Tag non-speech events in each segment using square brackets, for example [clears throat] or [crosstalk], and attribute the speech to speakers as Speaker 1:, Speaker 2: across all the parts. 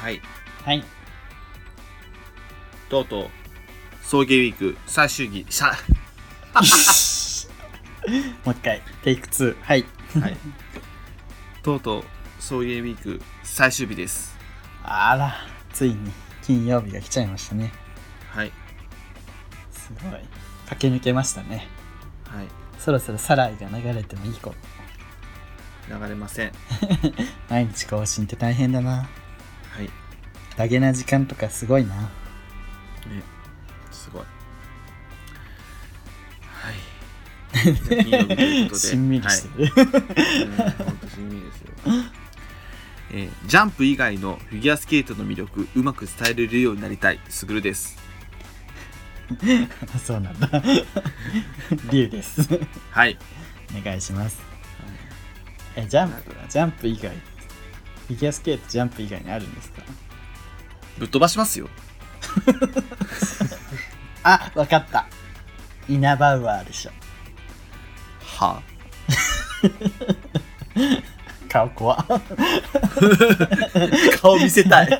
Speaker 1: はい。
Speaker 2: とうとう送迎ウィーク最終日さ、
Speaker 1: もう一回、テイク2。はい。
Speaker 2: はい、 [laughs] とうとう送迎ウィーク最終日です
Speaker 1: あら、ついに金曜日が来ちゃいましたね。
Speaker 2: はい
Speaker 1: すごい。駆け抜けましたね。
Speaker 2: はい
Speaker 1: そろそろサライが流れてもいい子。
Speaker 2: 流れません
Speaker 1: 毎日更新って大変だな。
Speaker 2: はい
Speaker 1: ダゲな時間とかすごいな。
Speaker 2: ねすごいはいじゃあ金曜日と [laughs] いうことで
Speaker 1: しんみりしてる。
Speaker 2: はい、うんほんとしんみりですよ [laughs] えージャンプ以外のフィギュアスケートの魅力うまく伝えれるようになりたいすぐるです
Speaker 1: [laughs] そうなんだ。リュウです。
Speaker 2: はい
Speaker 1: お願いします。え、ジャンプはジャンプ以外、フィギュアスケートジャンプ以外にあるんですか
Speaker 2: ぶっ飛ばしますよ
Speaker 1: あ、わかった。イナバウアーでしょ。
Speaker 2: はあ
Speaker 1: 顔怖。
Speaker 2: 顔見せたい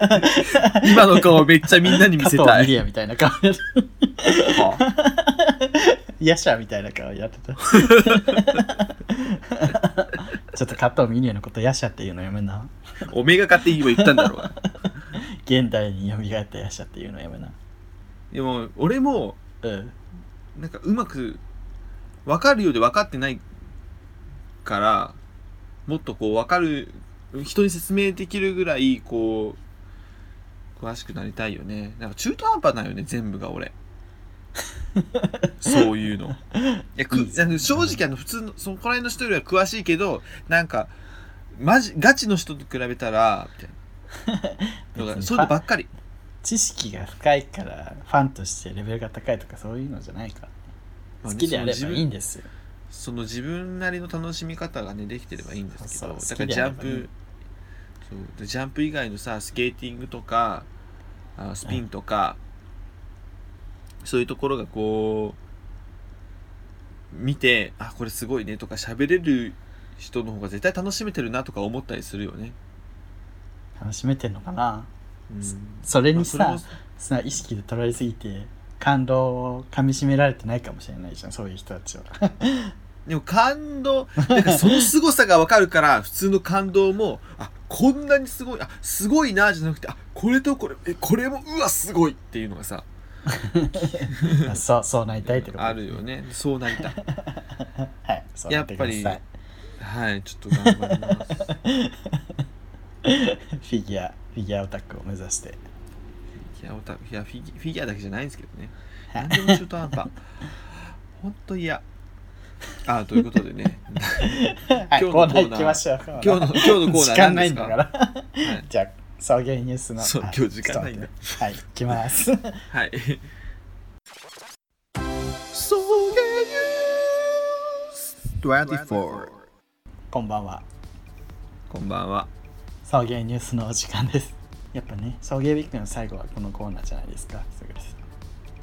Speaker 2: [laughs] 今の顔めっちゃみんなに見
Speaker 1: 加
Speaker 2: せ
Speaker 1: 藤
Speaker 2: た
Speaker 1: ミ
Speaker 2: い
Speaker 1: リアみたいな顔やって
Speaker 2: は
Speaker 1: ヤシャみたいな顔やって
Speaker 2: [laughs]
Speaker 1: たちょっと加藤ミリアのことヤシャっていうのやめな
Speaker 2: あおめえが勝手に今言ったんだろうが
Speaker 1: 現代に蘇ったヤシャっていうのやめな
Speaker 2: でも俺も
Speaker 1: うん
Speaker 2: なんかうまく分かるようで分かってないからもっとこう分かる人に説明できるぐらいこう詳しくなりたいよねなんか中途半端なんよね全部が
Speaker 1: [laughs]
Speaker 2: 俺そういうのいやく
Speaker 1: いい
Speaker 2: あの正直あの普通のそのこら辺の人よりは詳しいけどなんかマジガチの人と比べたらみた
Speaker 1: [laughs]
Speaker 2: いなだからそ
Speaker 1: 別に
Speaker 2: ういうのばっかり
Speaker 1: 知識が深いからファンとしてレベルが高いとかそういうのじゃないから好きであればいいんですよ
Speaker 2: その自分なりの楽しみ方がねできてればいいんですけど
Speaker 1: そうそう
Speaker 2: だからジャン
Speaker 1: 好きであればい
Speaker 2: プそうでジャンプ以外のさスケーティングとかあスピンとか、そういうところがこう見てあこれすごいねとか喋れる人の方が絶対楽しめてるなとか思ったりするよね。
Speaker 1: 楽しめてんのかな
Speaker 2: うん
Speaker 1: それに
Speaker 2: まあ
Speaker 1: さ
Speaker 2: それも
Speaker 1: その意識でとらえすぎて感動をかみしめられてないかもしれないじゃんそういう人
Speaker 2: [laughs]
Speaker 1: たちは
Speaker 2: でも感動なんかその凄さが分かるから普通の感動もあこんなにすごいあすごいなじゃなくてあこれとこれえこれもうわすごいっていうのがさ
Speaker 1: あそうそうなりたいってこと
Speaker 2: あるよねそうなりたい
Speaker 1: はいそうなってください
Speaker 2: やっぱはいちょっと頑張りますフィ
Speaker 1: フィギュアフィギュアオタクを目指して
Speaker 2: ギュアオタク [laughs] いやフィギュフィギュアだけじゃないんですけどね
Speaker 1: はい
Speaker 2: 何でも中途半 [laughs] 端ほんと嫌あということで
Speaker 1: [laughs]
Speaker 2: ね今
Speaker 1: はい、
Speaker 2: 日の
Speaker 1: コーナ
Speaker 2: コーナ
Speaker 1: ー
Speaker 2: ー
Speaker 1: 行きましょう。
Speaker 2: 今日の今日のコーナー
Speaker 1: 時間
Speaker 2: 何
Speaker 1: な
Speaker 2: で
Speaker 1: い
Speaker 2: す
Speaker 1: ん
Speaker 2: か
Speaker 1: だから。
Speaker 2: はい、
Speaker 1: [laughs] じゃあ、送迎ニュースの。
Speaker 2: そう
Speaker 1: はい
Speaker 2: 今日時間ないんだ。
Speaker 1: ちょっと待ってはい、行きます。 [laughs]
Speaker 2: はい、そう24
Speaker 1: こんばんは。
Speaker 2: こんばんは
Speaker 1: 送迎ニュースのお時間です。やっぱね、送迎ウィークの最後はこのコーナーじゃないですか。すぐるさん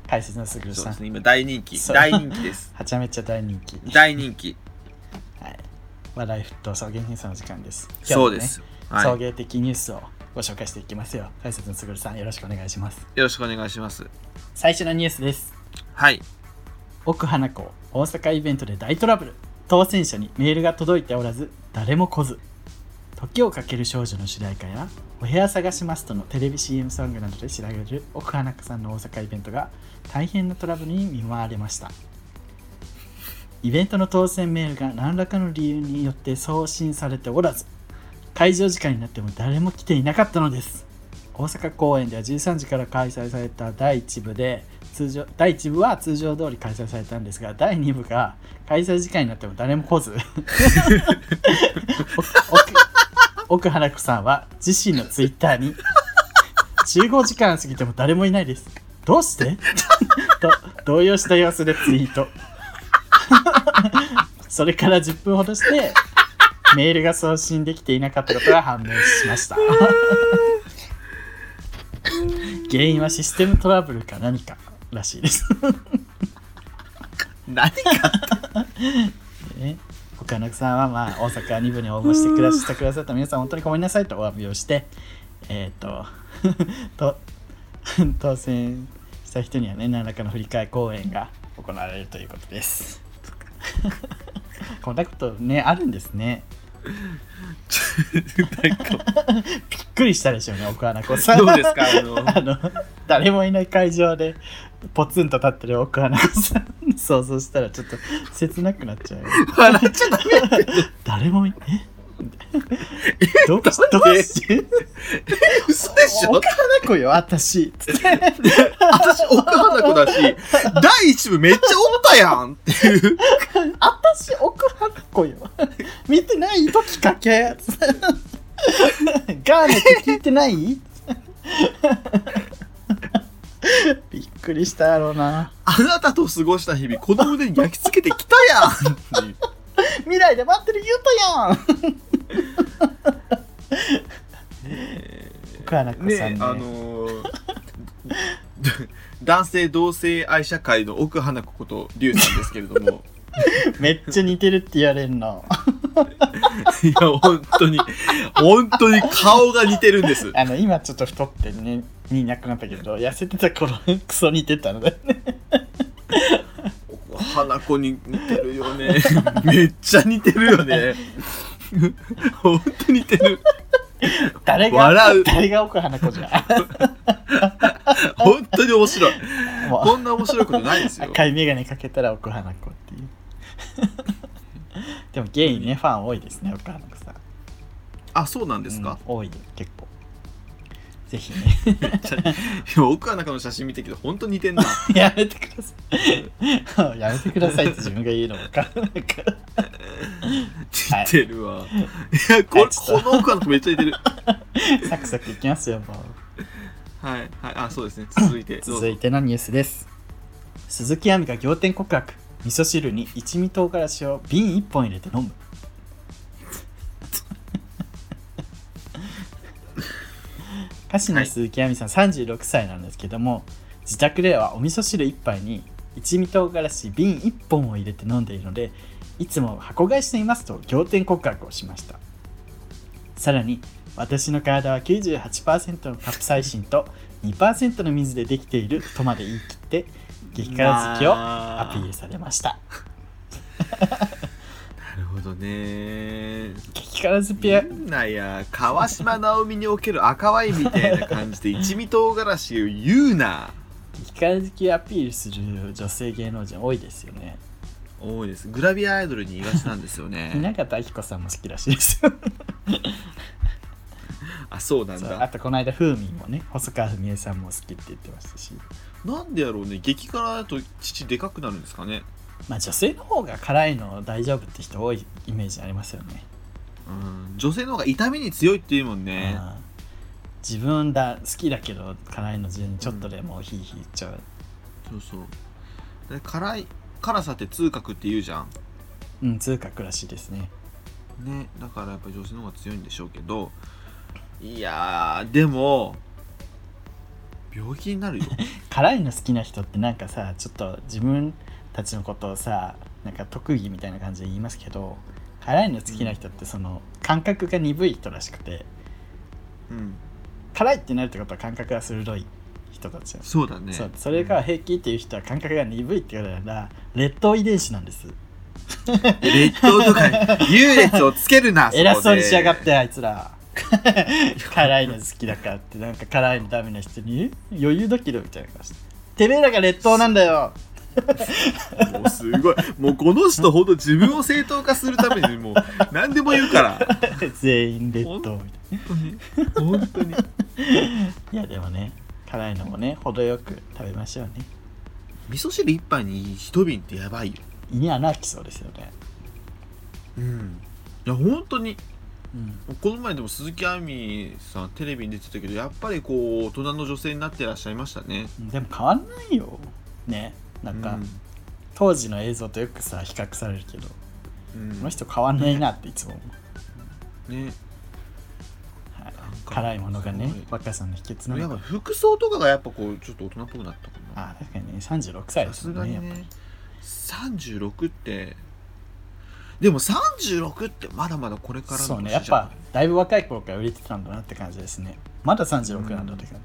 Speaker 1: 解説のすぐる
Speaker 2: そう
Speaker 1: さ
Speaker 2: で
Speaker 1: ん
Speaker 2: す。ね、今大人気
Speaker 1: そう
Speaker 2: 大人気 [laughs] です
Speaker 1: はちゃめちゃ大人気。
Speaker 2: 大人気
Speaker 1: はい。話題沸騰送迎ニュースのお時間です。
Speaker 2: そうです、
Speaker 1: 今日
Speaker 2: は
Speaker 1: も
Speaker 2: い、
Speaker 1: ね。送迎的ニュースをご紹介していきますよ。解説のすぐるさん、よろしくお願いします。
Speaker 2: よろしくお願いします
Speaker 1: 最初のニュースです。
Speaker 2: はい
Speaker 1: 奥花子大阪イベントで大トラブル当選者にメールが届いておらず誰も来ず「時をかける少女」の主題歌や「お部屋探します」とのテレビ CM ソングなどで知られる奥花子さんの大阪イベントが大変なトラブルに見舞われましたイベントの当選メールが何らかの理由によって送信されておらず会場時間になっても誰も来ていなかったのです大阪公演では13時から開催された第1部で通常第1部は通常通り開催されたんですが第2部が開催時間になっても誰も来ず奥奥花子さんは自身のツイッターに集合時間過ぎても誰もいないですどうしてと動揺した様子でツイートそれから10分ほどしてメールが送信できていなかったことが判明しました原因はシステムトラブルか何からしいです、
Speaker 2: 何か
Speaker 1: ね、岡野さんはまあ大阪2部に応募してくだしてくださった皆さん本当にごめんなさいとお詫びをしてえっ、と [laughs] と [laughs] 当選した人にはね何らかの振り替え公演が行われるということですこんなことねあるんですね
Speaker 2: なんか
Speaker 1: びっくりしたでしょうね奥花子さん
Speaker 2: どうですかあの
Speaker 1: あの誰もいない会場でポツンと立ってる奥花子さん想像したらちょっと切なくなっちゃう
Speaker 2: 笑っちゃダメ
Speaker 1: 誰もい
Speaker 2: [laughs]
Speaker 1: えどうどうして
Speaker 2: 嘘でしょ
Speaker 1: 奥花子よ私
Speaker 2: 私奥花子だし [laughs] 第一部めっちゃおったやんっていう
Speaker 1: 私奥花子よ見てない時かけ [laughs] ガーネット聞いてない [laughs] びっくりしたやろうな
Speaker 2: [laughs] あなたと過ごした日々この腕に焼き付けてきたやんっていう
Speaker 1: 未来で待ってる言うたやん [laughs] 奥花子さん
Speaker 2: ね
Speaker 1: ね
Speaker 2: あのー [laughs] 男性同性愛者会の奥花子こと龍さんですけれど
Speaker 1: [laughs]
Speaker 2: も
Speaker 1: めっちゃ似てるって言われんの
Speaker 2: いや本当に本当に顔が似てるんです
Speaker 1: あの今ちょっと太ってね見なくなったけど痩せてた頃クソ似てたので
Speaker 2: 花子に似てるよ
Speaker 1: [laughs]
Speaker 2: ねめっちゃ似てるよね本当に似てる
Speaker 1: 誰が
Speaker 2: 笑う
Speaker 1: 誰が奥花子じゃ
Speaker 2: 本当に面白い
Speaker 1: んもう
Speaker 2: こんな面白いことないですよ
Speaker 1: 赤い眼鏡かけたら奥花子っ
Speaker 2: [laughs]
Speaker 1: ていうでもゲイねファン多いですね奥花子さん
Speaker 2: あそうなんですか、
Speaker 1: うん多いよ結構ぜひね [laughs]
Speaker 2: めっちゃいや奥花子の写真見てけど本当に似てんな
Speaker 1: やめてください [laughs] やめてくださいって自分が言うのもかなんか
Speaker 2: 似てるわ、い、やこれ
Speaker 1: はいちょ
Speaker 2: こ
Speaker 1: っ
Speaker 2: の奥花子めっちゃ似てる
Speaker 1: サクサクいきますよもう
Speaker 2: はいはいあそうですね続いてどうぞ
Speaker 1: [laughs] 続いてのニュースです鈴木亜美が仰天告白味噌汁に一味唐辛子を瓶1本入れて飲む [laughs] 歌手の鈴木亜美さん36歳なんですけども、自宅ではお味噌汁1杯に一味唐辛子瓶1本を入れて飲んでいるのでいつも箱買いしていますと仰天告白をしましたさらに私の体は98%のカプサイシンと2%の水でできているとまで言い切って激辛好きをア
Speaker 2: ア
Speaker 1: ピールされました
Speaker 2: なるほどね
Speaker 1: 激辛好き
Speaker 2: み
Speaker 1: は
Speaker 2: んなや川島直美における赤ワインみたいな感じで一味唐辛子を言うな
Speaker 1: 激辛好きをアピールする女性芸能人多いですよね
Speaker 2: 多いですグラビアアイドルに言いがちなんですよ
Speaker 1: [laughs]
Speaker 2: ね
Speaker 1: 雛形あきこさんも好きらしいですよ
Speaker 2: あそうなん
Speaker 1: そうあ
Speaker 2: だ
Speaker 1: とこの間ふうみんもね細川文江さんも好きって言ってましたし
Speaker 2: なんでやろうね激辛だと父でかくなるんですかね
Speaker 1: まあ女性の方が辛いの大丈夫って人多いイメージありますよね
Speaker 2: うん女性の方が痛みに強いっていうもんね
Speaker 1: うん自分だ好きだけど辛いの順にちょっとでもヒーヒー言っちゃう、
Speaker 2: そうそうで辛い辛さって痛覚って言うじゃん
Speaker 1: うん、通覚らしいですね。
Speaker 2: ねだからやっぱり女性の方が強いんでしょうけどいやーでも病気にな
Speaker 1: [laughs]
Speaker 2: るよ
Speaker 1: 辛いの好きな人ってなんかさ、ちょっと自分たちのことをさ、なんか特技みたいな感じで言いますけど、辛いの好きな人ってその感覚が鈍い人らしくて、
Speaker 2: うん
Speaker 1: 辛いってなるってことは感覚が鋭い人たちなんです
Speaker 2: そうだね
Speaker 1: そうそれが平気っていう人は感覚が鈍いって言われたら劣等遺伝子なんです
Speaker 2: 列島とかに優劣をつけるな
Speaker 1: [laughs] 偉
Speaker 2: こで
Speaker 1: そうにしやがってあい
Speaker 2: [laughs]
Speaker 1: つら辛いの好きだからってなんか辛いのダメな人に余裕だけどみたいな感じでてめえらが劣等なんだ
Speaker 2: [laughs]
Speaker 1: よ
Speaker 2: もうすごいもうこの人ほんと自分を正当化するためにもう何でも言うから
Speaker 1: 全員劣等みたいな
Speaker 2: 本当に
Speaker 1: いやでもね辛いのもね程よく食べましょうね
Speaker 2: 味噌汁一杯に一瓶ってやばいよ
Speaker 1: 胃に穴開きそうですよね
Speaker 2: うんいや本当に
Speaker 1: うん
Speaker 2: この前でも鈴木亜美さんテレビに出てたけどやっぱりこう大人の女性になってらっしゃいましたね
Speaker 1: でも変わんないよねなんか、
Speaker 2: うん
Speaker 1: 当時の映像とよくさ比較されるけどこ
Speaker 2: うん
Speaker 1: の人変わんないなっていつも思う
Speaker 2: ね
Speaker 1: はい
Speaker 2: なんか
Speaker 1: 辛いものがね
Speaker 2: すごい
Speaker 1: 若さの秘訣な
Speaker 2: や
Speaker 1: の
Speaker 2: っぱ
Speaker 1: か
Speaker 2: 服装とかがやっぱこうちょっと大人っぽくなったかな
Speaker 1: あ確かにね36歳
Speaker 2: さ
Speaker 1: です
Speaker 2: す
Speaker 1: も
Speaker 2: が
Speaker 1: んね
Speaker 2: に
Speaker 1: やっぱ
Speaker 2: ね36ってでも36ってまだまだこれからの
Speaker 1: そうねや
Speaker 2: 年
Speaker 1: っ
Speaker 2: じゃ
Speaker 1: ぱ
Speaker 2: ない
Speaker 1: だいぶ若い頃から売れてたんだなって感じですねまだ36なんだって感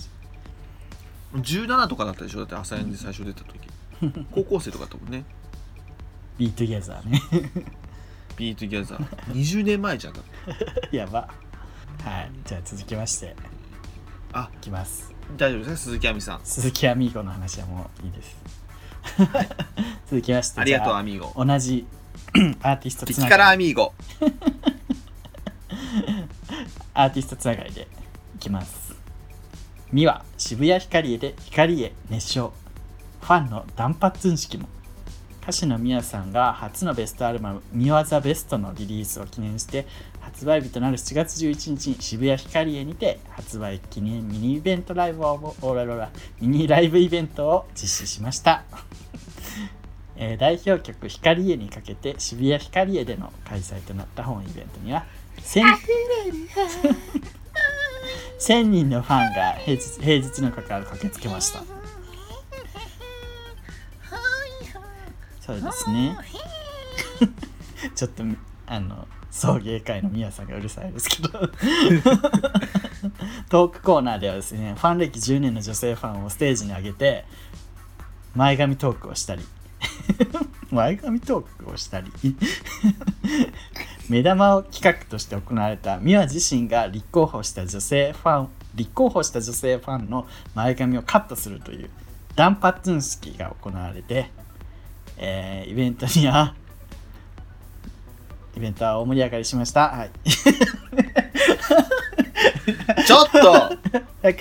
Speaker 1: じ、
Speaker 2: 17とかだったでしょだって朝練で最初出た時
Speaker 1: [laughs]
Speaker 2: 高校生とかだったもんね
Speaker 1: Be Together
Speaker 2: [laughs]
Speaker 1: ね
Speaker 2: Be Together 20年前じゃんだって
Speaker 1: やばはいじゃあ続きまして
Speaker 2: あ
Speaker 1: いきます
Speaker 2: 大丈夫ですか鈴木亜美さん
Speaker 1: 鈴木アミーゴの話はもういいです、 [laughs] 続きまして
Speaker 2: ありがとう
Speaker 1: じゃ
Speaker 2: アミーゴ
Speaker 1: 同じ [clears throat] アーティストつ
Speaker 2: 激
Speaker 1: なが
Speaker 2: 辛ア
Speaker 1: り
Speaker 2: ミーゴ
Speaker 1: アーティストつながりでいきますミは渋谷ヒカリエでヒカリエ熱唱ファンの断髪式も歌手のミヤさんが初のベストアルバム「ミワザベストのリリースを記念して発売日となる7月11日に渋谷ヒカリエにて発売記念ミニイベントライブをオーラロラミニライブイベントを実施しました、 [laughs] えー代表曲「ヒカリエ」にかけて渋谷ヒカリエでの開催となった本イベントには1000 1000人のファンが平日平日のかから駆けつけましたそうですね [laughs] ちょっとあの送迎会のミヤさんがうるさいですけどトークコーナーではですねファン歴10年の女性ファンをステージに上げて前髪トークをしたり [laughs] 前髪トークをしたり目玉を企画として行われたミワ自身が立候補した女性ファン立候補した女性ファンの前髪をカットするという断髪式が行われて、えーイベントにはイベントは大盛り上がりしました。はい、 [laughs]
Speaker 2: ちょっと
Speaker 1: なんか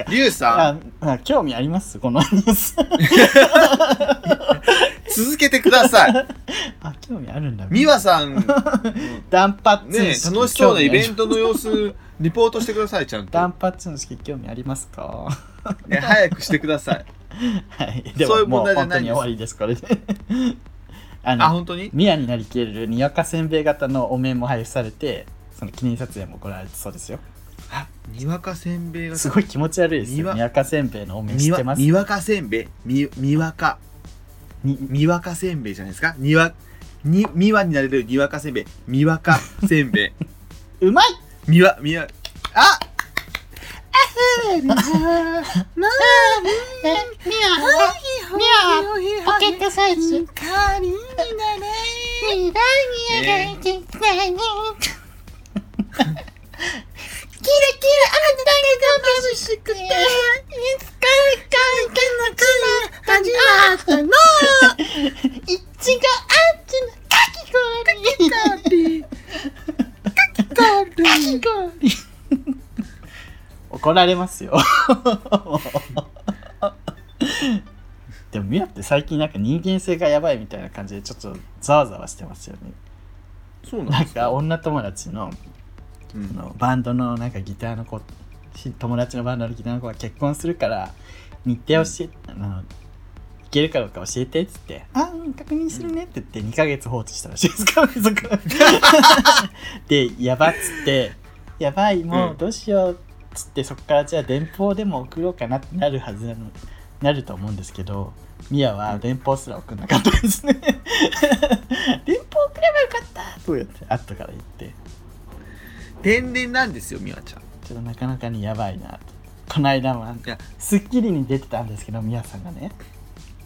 Speaker 2: リュウさん
Speaker 1: ああ [laughs] 興味ありますこのニュース [laughs]
Speaker 2: 続けてください
Speaker 1: あ興味あるんだ
Speaker 2: 美和さんね
Speaker 1: 断髪
Speaker 2: 楽
Speaker 1: 式
Speaker 2: しそうなイベ
Speaker 1: 興味あり
Speaker 2: ントの様子リポートしてくださいちゃんと
Speaker 1: 断髪式興味ありますか [laughs]
Speaker 2: ね早くしてください
Speaker 1: はいで
Speaker 2: そうい
Speaker 1: も
Speaker 2: う
Speaker 1: も
Speaker 2: 問
Speaker 1: う
Speaker 2: 題じゃ
Speaker 1: 本
Speaker 2: な
Speaker 1: 当
Speaker 2: いん
Speaker 1: に
Speaker 2: です
Speaker 1: 終わりですこれで [laughs] あの
Speaker 2: あ本当に
Speaker 1: 宮になりきれるにわかせんべい型のお面も配布されてその記念撮影も行われてそうですよ
Speaker 2: あにわかせんべいが
Speaker 1: すごい気持ち悪いです
Speaker 2: に
Speaker 1: よ
Speaker 2: わ
Speaker 1: にわかせんべいのお面
Speaker 2: に
Speaker 1: 知っ
Speaker 2: わ
Speaker 1: てます
Speaker 2: にわかせんべいみにわか
Speaker 1: に
Speaker 2: にわかせんべいじゃないですかにわにみわになれるにわかせんべいにわかせん
Speaker 1: [laughs]
Speaker 2: べいう
Speaker 1: まい
Speaker 2: みわみわあ
Speaker 3: え、ミア、ミア、ポケットサイズ。ミラニアが言ってたね。キラキラあなたが眩しくて、いつからかいけなくなったの。いちごあんちのかき氷。かき氷。かき氷。
Speaker 1: 怒られますよ [laughs] でもミヤって最近なんか人間性がやばいみたいな感じでちょっとざわざわしてますよね
Speaker 2: そう
Speaker 1: な
Speaker 2: なん
Speaker 1: ん
Speaker 2: です
Speaker 1: か
Speaker 2: か
Speaker 1: 女友達の
Speaker 2: うん
Speaker 1: あのバンドのなんかギターの子し友達のバンドのギターの子が結婚するから日程教え、あの行けるかどうか教えてっつって「あうん確認するね」って言って2ヶ月放置したらしいですからね [laughs] そこでやばっつって「やばいも
Speaker 2: う
Speaker 1: うんどうしよう」っつってそこからじゃあ電報でも送ろうかなってなるはずなのなると思うんですけどミヤは電報すら送んなかったですね [laughs] 電報送ればよかったとか言って後から言って
Speaker 2: 天然なんですよみわちゃん
Speaker 1: ちょっとなかなかにやばいなと。この間もあの
Speaker 2: いや
Speaker 1: 『スッキリ』に出てたんですけど、ミヤさんがね、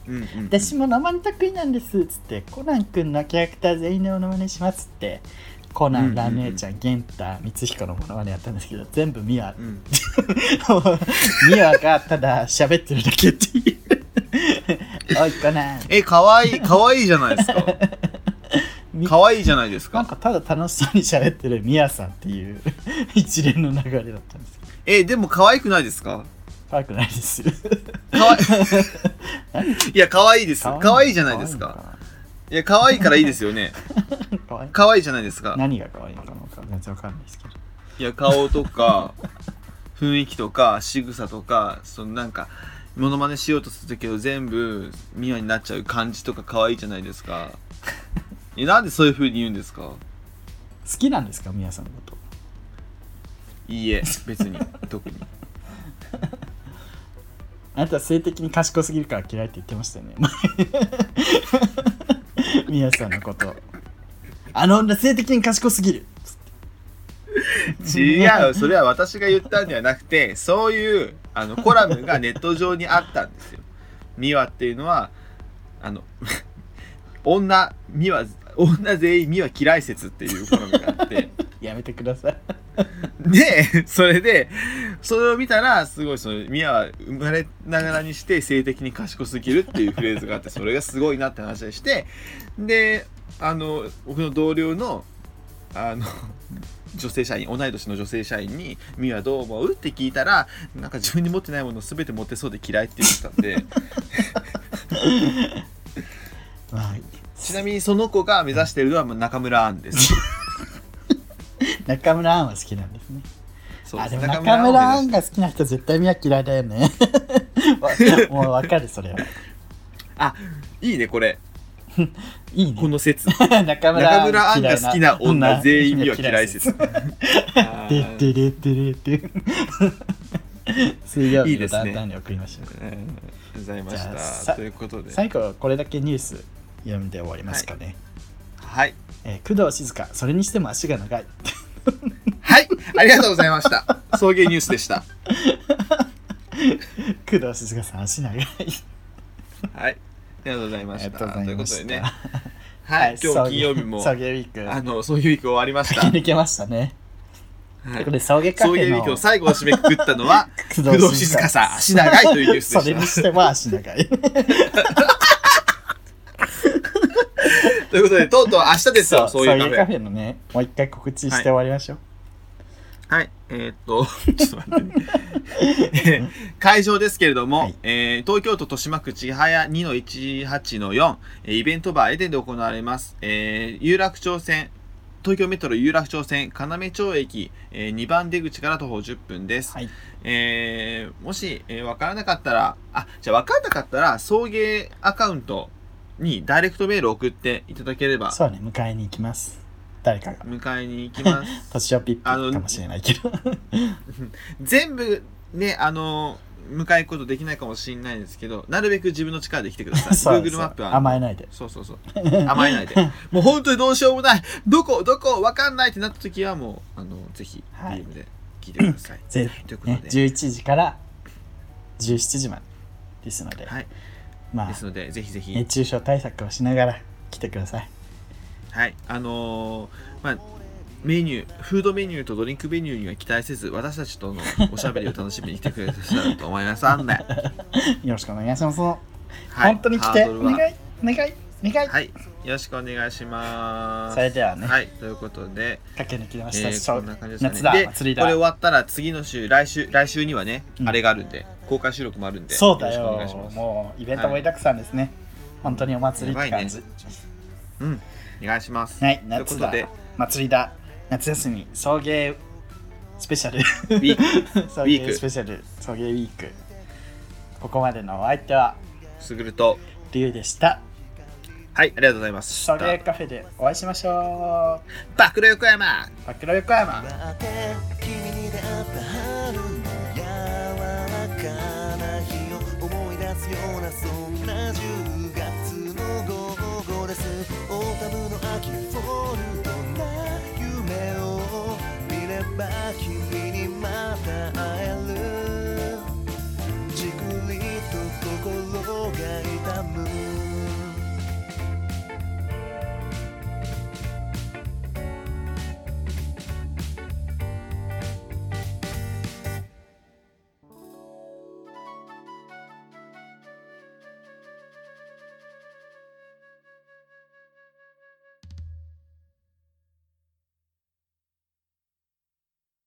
Speaker 2: うんうんうん
Speaker 1: 私も生に得意なんですっつって、コナン君のキャラクター全員のモノマネしますって、コナ
Speaker 2: うんうんう
Speaker 1: ン、
Speaker 2: ん
Speaker 1: ラムネちゃん、ゲンタ、光彦のモノマネやったんですけど、全部ミヤ
Speaker 2: う、ん
Speaker 1: ミヤがただ喋ってるだけっていう。おい、コナン、
Speaker 2: え可愛い可愛いじゃないです
Speaker 1: [laughs]
Speaker 2: か
Speaker 1: み
Speaker 2: 可愛いじゃないです
Speaker 1: なん
Speaker 2: か
Speaker 1: かただ楽しそうに喋ってるミヤさんっていう一連の流れだったんですけど、
Speaker 2: えでも可愛くないですか
Speaker 1: 怖くないですよ。
Speaker 2: 可愛い [laughs] いや可愛いです可愛いじゃないです
Speaker 1: 可愛
Speaker 2: か
Speaker 1: のな。
Speaker 2: いや可愛いからいいですよね
Speaker 1: 可愛い
Speaker 2: 可愛いじゃないですか
Speaker 1: 何が可愛いのかも全然わかんないですけど
Speaker 2: いや顔とか雰囲気とか仕草とかそのなんかモノマネしようとするけど全部ミワになっちゃう感じとか可愛いじゃないですかいやなんでそういう風に言うんですか
Speaker 1: 好きなんですか皆さんのこと
Speaker 2: いいえ別に特に
Speaker 1: あなたは性的に賢すぎるから嫌い [laughs] って言ってましたよね前皆さんのことあの女性的に賢すぎる
Speaker 2: 違うそれは私が言ったんではなくてそういうあのコラムがネット上にあったんですよ。 [laughs] ミワっていうのはあの [laughs] 女ミワ女全員ミワ嫌い説っていうコラムがあって
Speaker 1: やめてください
Speaker 2: で [laughs] それでそれを見たらすごいそのミワは生まれながらにして性的に賢すぎるっていうフレーズがあってそれがすごいなって話でしてであの僕の同僚のあの女性社員同い年の女性社員に「ミワどう思う?」って聞いたらなんか自分に持ってないもの全て持ってそうで嫌いって言ってたんで [laughs]
Speaker 1: まあ
Speaker 2: ちなみにその子が目指してるのは中村アンです。
Speaker 1: 中村アンは好きなんですね
Speaker 2: そう
Speaker 1: あ
Speaker 2: です
Speaker 1: でも中村ア
Speaker 2: を目
Speaker 1: ン
Speaker 2: 指して
Speaker 1: が好きな人絶対見は嫌いだよねも [laughs] うわかるそれは
Speaker 2: あいいねこれ
Speaker 1: いいね
Speaker 2: この説。
Speaker 1: [laughs] 中
Speaker 2: 中
Speaker 1: 村
Speaker 2: 村
Speaker 1: ア
Speaker 2: ア
Speaker 1: ン
Speaker 2: ン
Speaker 1: が
Speaker 2: が
Speaker 1: 好
Speaker 2: 好
Speaker 1: き
Speaker 2: き
Speaker 1: な
Speaker 2: な
Speaker 1: 女
Speaker 2: 女
Speaker 1: 全
Speaker 2: 全
Speaker 1: 員
Speaker 2: 員
Speaker 1: に
Speaker 2: に
Speaker 1: は
Speaker 2: は
Speaker 1: 嫌
Speaker 2: 嫌
Speaker 1: い
Speaker 2: い
Speaker 1: 説
Speaker 2: 説。
Speaker 1: てってれってれって [laughs] 水曜
Speaker 2: いい
Speaker 1: 日の
Speaker 2: ですね
Speaker 1: ダウンタウンに送りましょう
Speaker 2: えーございま
Speaker 1: じゃあ
Speaker 2: し
Speaker 1: さ
Speaker 2: た。ということで、
Speaker 1: 最後はこれだけニュース読んで終わりますかね、
Speaker 2: はい、
Speaker 1: えー工藤静香それにしても足が長い [laughs]
Speaker 2: はい、ありがとうございました。送迎ニュースでした。
Speaker 1: 工藤静香さん足長い
Speaker 2: はい、ありがとうござい
Speaker 1: あ
Speaker 2: ま
Speaker 1: り
Speaker 2: し
Speaker 1: がとう
Speaker 2: た。
Speaker 1: ございま
Speaker 2: ということで
Speaker 1: した
Speaker 2: ね、はい、今日金曜日も
Speaker 1: 送迎送迎ウィーク
Speaker 2: あのそういうウィーク終わりま
Speaker 1: [laughs]
Speaker 2: した。
Speaker 1: 切り抜けましたね、
Speaker 2: は
Speaker 1: という
Speaker 2: い
Speaker 1: ことで送迎カ
Speaker 2: そ
Speaker 1: フ
Speaker 2: うい
Speaker 1: ェ
Speaker 2: うウィ
Speaker 1: の
Speaker 2: ークを最後を締めくくったのは
Speaker 1: 工
Speaker 2: 工藤静香さん足長いというニュース
Speaker 1: そ
Speaker 2: で
Speaker 1: れに
Speaker 2: し
Speaker 1: しても足長い
Speaker 2: た。ということでとうとう明日ですよ
Speaker 1: そ
Speaker 2: そううい
Speaker 1: 送
Speaker 2: うカ
Speaker 1: 迎
Speaker 2: フ
Speaker 1: カフ
Speaker 2: ェ。
Speaker 1: ェのねもう一回告知して終わりましょう、
Speaker 2: はいえーっと [laughs] ちょっと待って、ね、会場ですけれども、
Speaker 1: はい
Speaker 2: えー東京都豊島区千早2の18の4えーイベントバーエデンで行われます、えー有楽町線東京メトロ有楽町線要町駅、え2番出口から徒歩10分です、
Speaker 1: はい
Speaker 2: えーもし、えー、分からなかったら、あ、じゃあ分からなかったら、送迎アカウントにダイレクトメール送っていただければ、
Speaker 1: そうね迎えに行きます誰かが
Speaker 2: 迎えに行きます。
Speaker 1: 年をピッピ
Speaker 2: あの
Speaker 1: かもしれないけど
Speaker 2: 全部ね、あのー、迎え行くことできないかもしれないんですけど、なるべく自分の力で来てください。
Speaker 1: [laughs] そうそう
Speaker 2: Google マップは。
Speaker 1: 甘えないで
Speaker 2: そうそうそう。甘え
Speaker 1: [laughs]
Speaker 2: ないで。もう本当にどうしようもない。どこ、どこ、分かんないってなった時は、もう、あの、ぜひ、
Speaker 1: はい
Speaker 2: DM で聞いてください。
Speaker 1: [coughs] ぜ
Speaker 2: ということ
Speaker 1: ね、
Speaker 2: で、
Speaker 1: 11時から17時までですので、
Speaker 2: はい。
Speaker 1: ま
Speaker 2: で
Speaker 1: あ
Speaker 2: すので、ぜひぜひ。
Speaker 1: 熱中症対策をしながら来てください [laughs]
Speaker 2: はい、あのーまあ、メニュー、フードメニューとドリンクメニューには期待せず、私たちとのおしゃべりを楽しみに来てくれたらと思います。あんね。
Speaker 1: よろしくお願いします、
Speaker 2: はい、
Speaker 1: [laughs] 本当に来て
Speaker 2: ハード
Speaker 1: お
Speaker 2: ルは
Speaker 1: 願いお願いお願い、
Speaker 2: はい、よろしくお願いします。
Speaker 1: それではね、
Speaker 2: はい、ということで、
Speaker 1: 駆け抜きま
Speaker 2: え
Speaker 1: した、
Speaker 2: ー、こんな感じです
Speaker 1: 夏
Speaker 2: か
Speaker 1: だ
Speaker 2: ね。で、こ
Speaker 1: 祭り
Speaker 2: れ
Speaker 1: だ
Speaker 2: 終わったら次の週、来週、来週にはね、
Speaker 1: うん
Speaker 2: あれがあるんで、公開収録もあるんで、
Speaker 1: そうだ
Speaker 2: ろしくお
Speaker 1: よ
Speaker 2: 願いします。
Speaker 1: もうイベント盛りだくさんですね、本当にお祭りって感じ、
Speaker 2: やうん、お願いします。
Speaker 1: はい
Speaker 2: というこ
Speaker 1: 夏
Speaker 2: と
Speaker 1: だ
Speaker 2: で、
Speaker 1: 祭りだ夏休み送迎スペシャル
Speaker 2: ウィーク、
Speaker 1: 送
Speaker 2: ウィー
Speaker 1: 迎
Speaker 2: ク
Speaker 1: スペシャル送迎ウィークここまでのお相手は
Speaker 2: すぐると、
Speaker 1: リュウでした
Speaker 2: はい、ありがとうございます。
Speaker 1: 送迎カフェでお会いしましょ
Speaker 2: 爆力横山
Speaker 1: うバックロ横山
Speaker 4: 待って君に出会った春の柔らかな日を思い出すようなそんな10月の午後ですオータムの秋フォルトな夢を見れば君にまた会えるじくりと心が痛む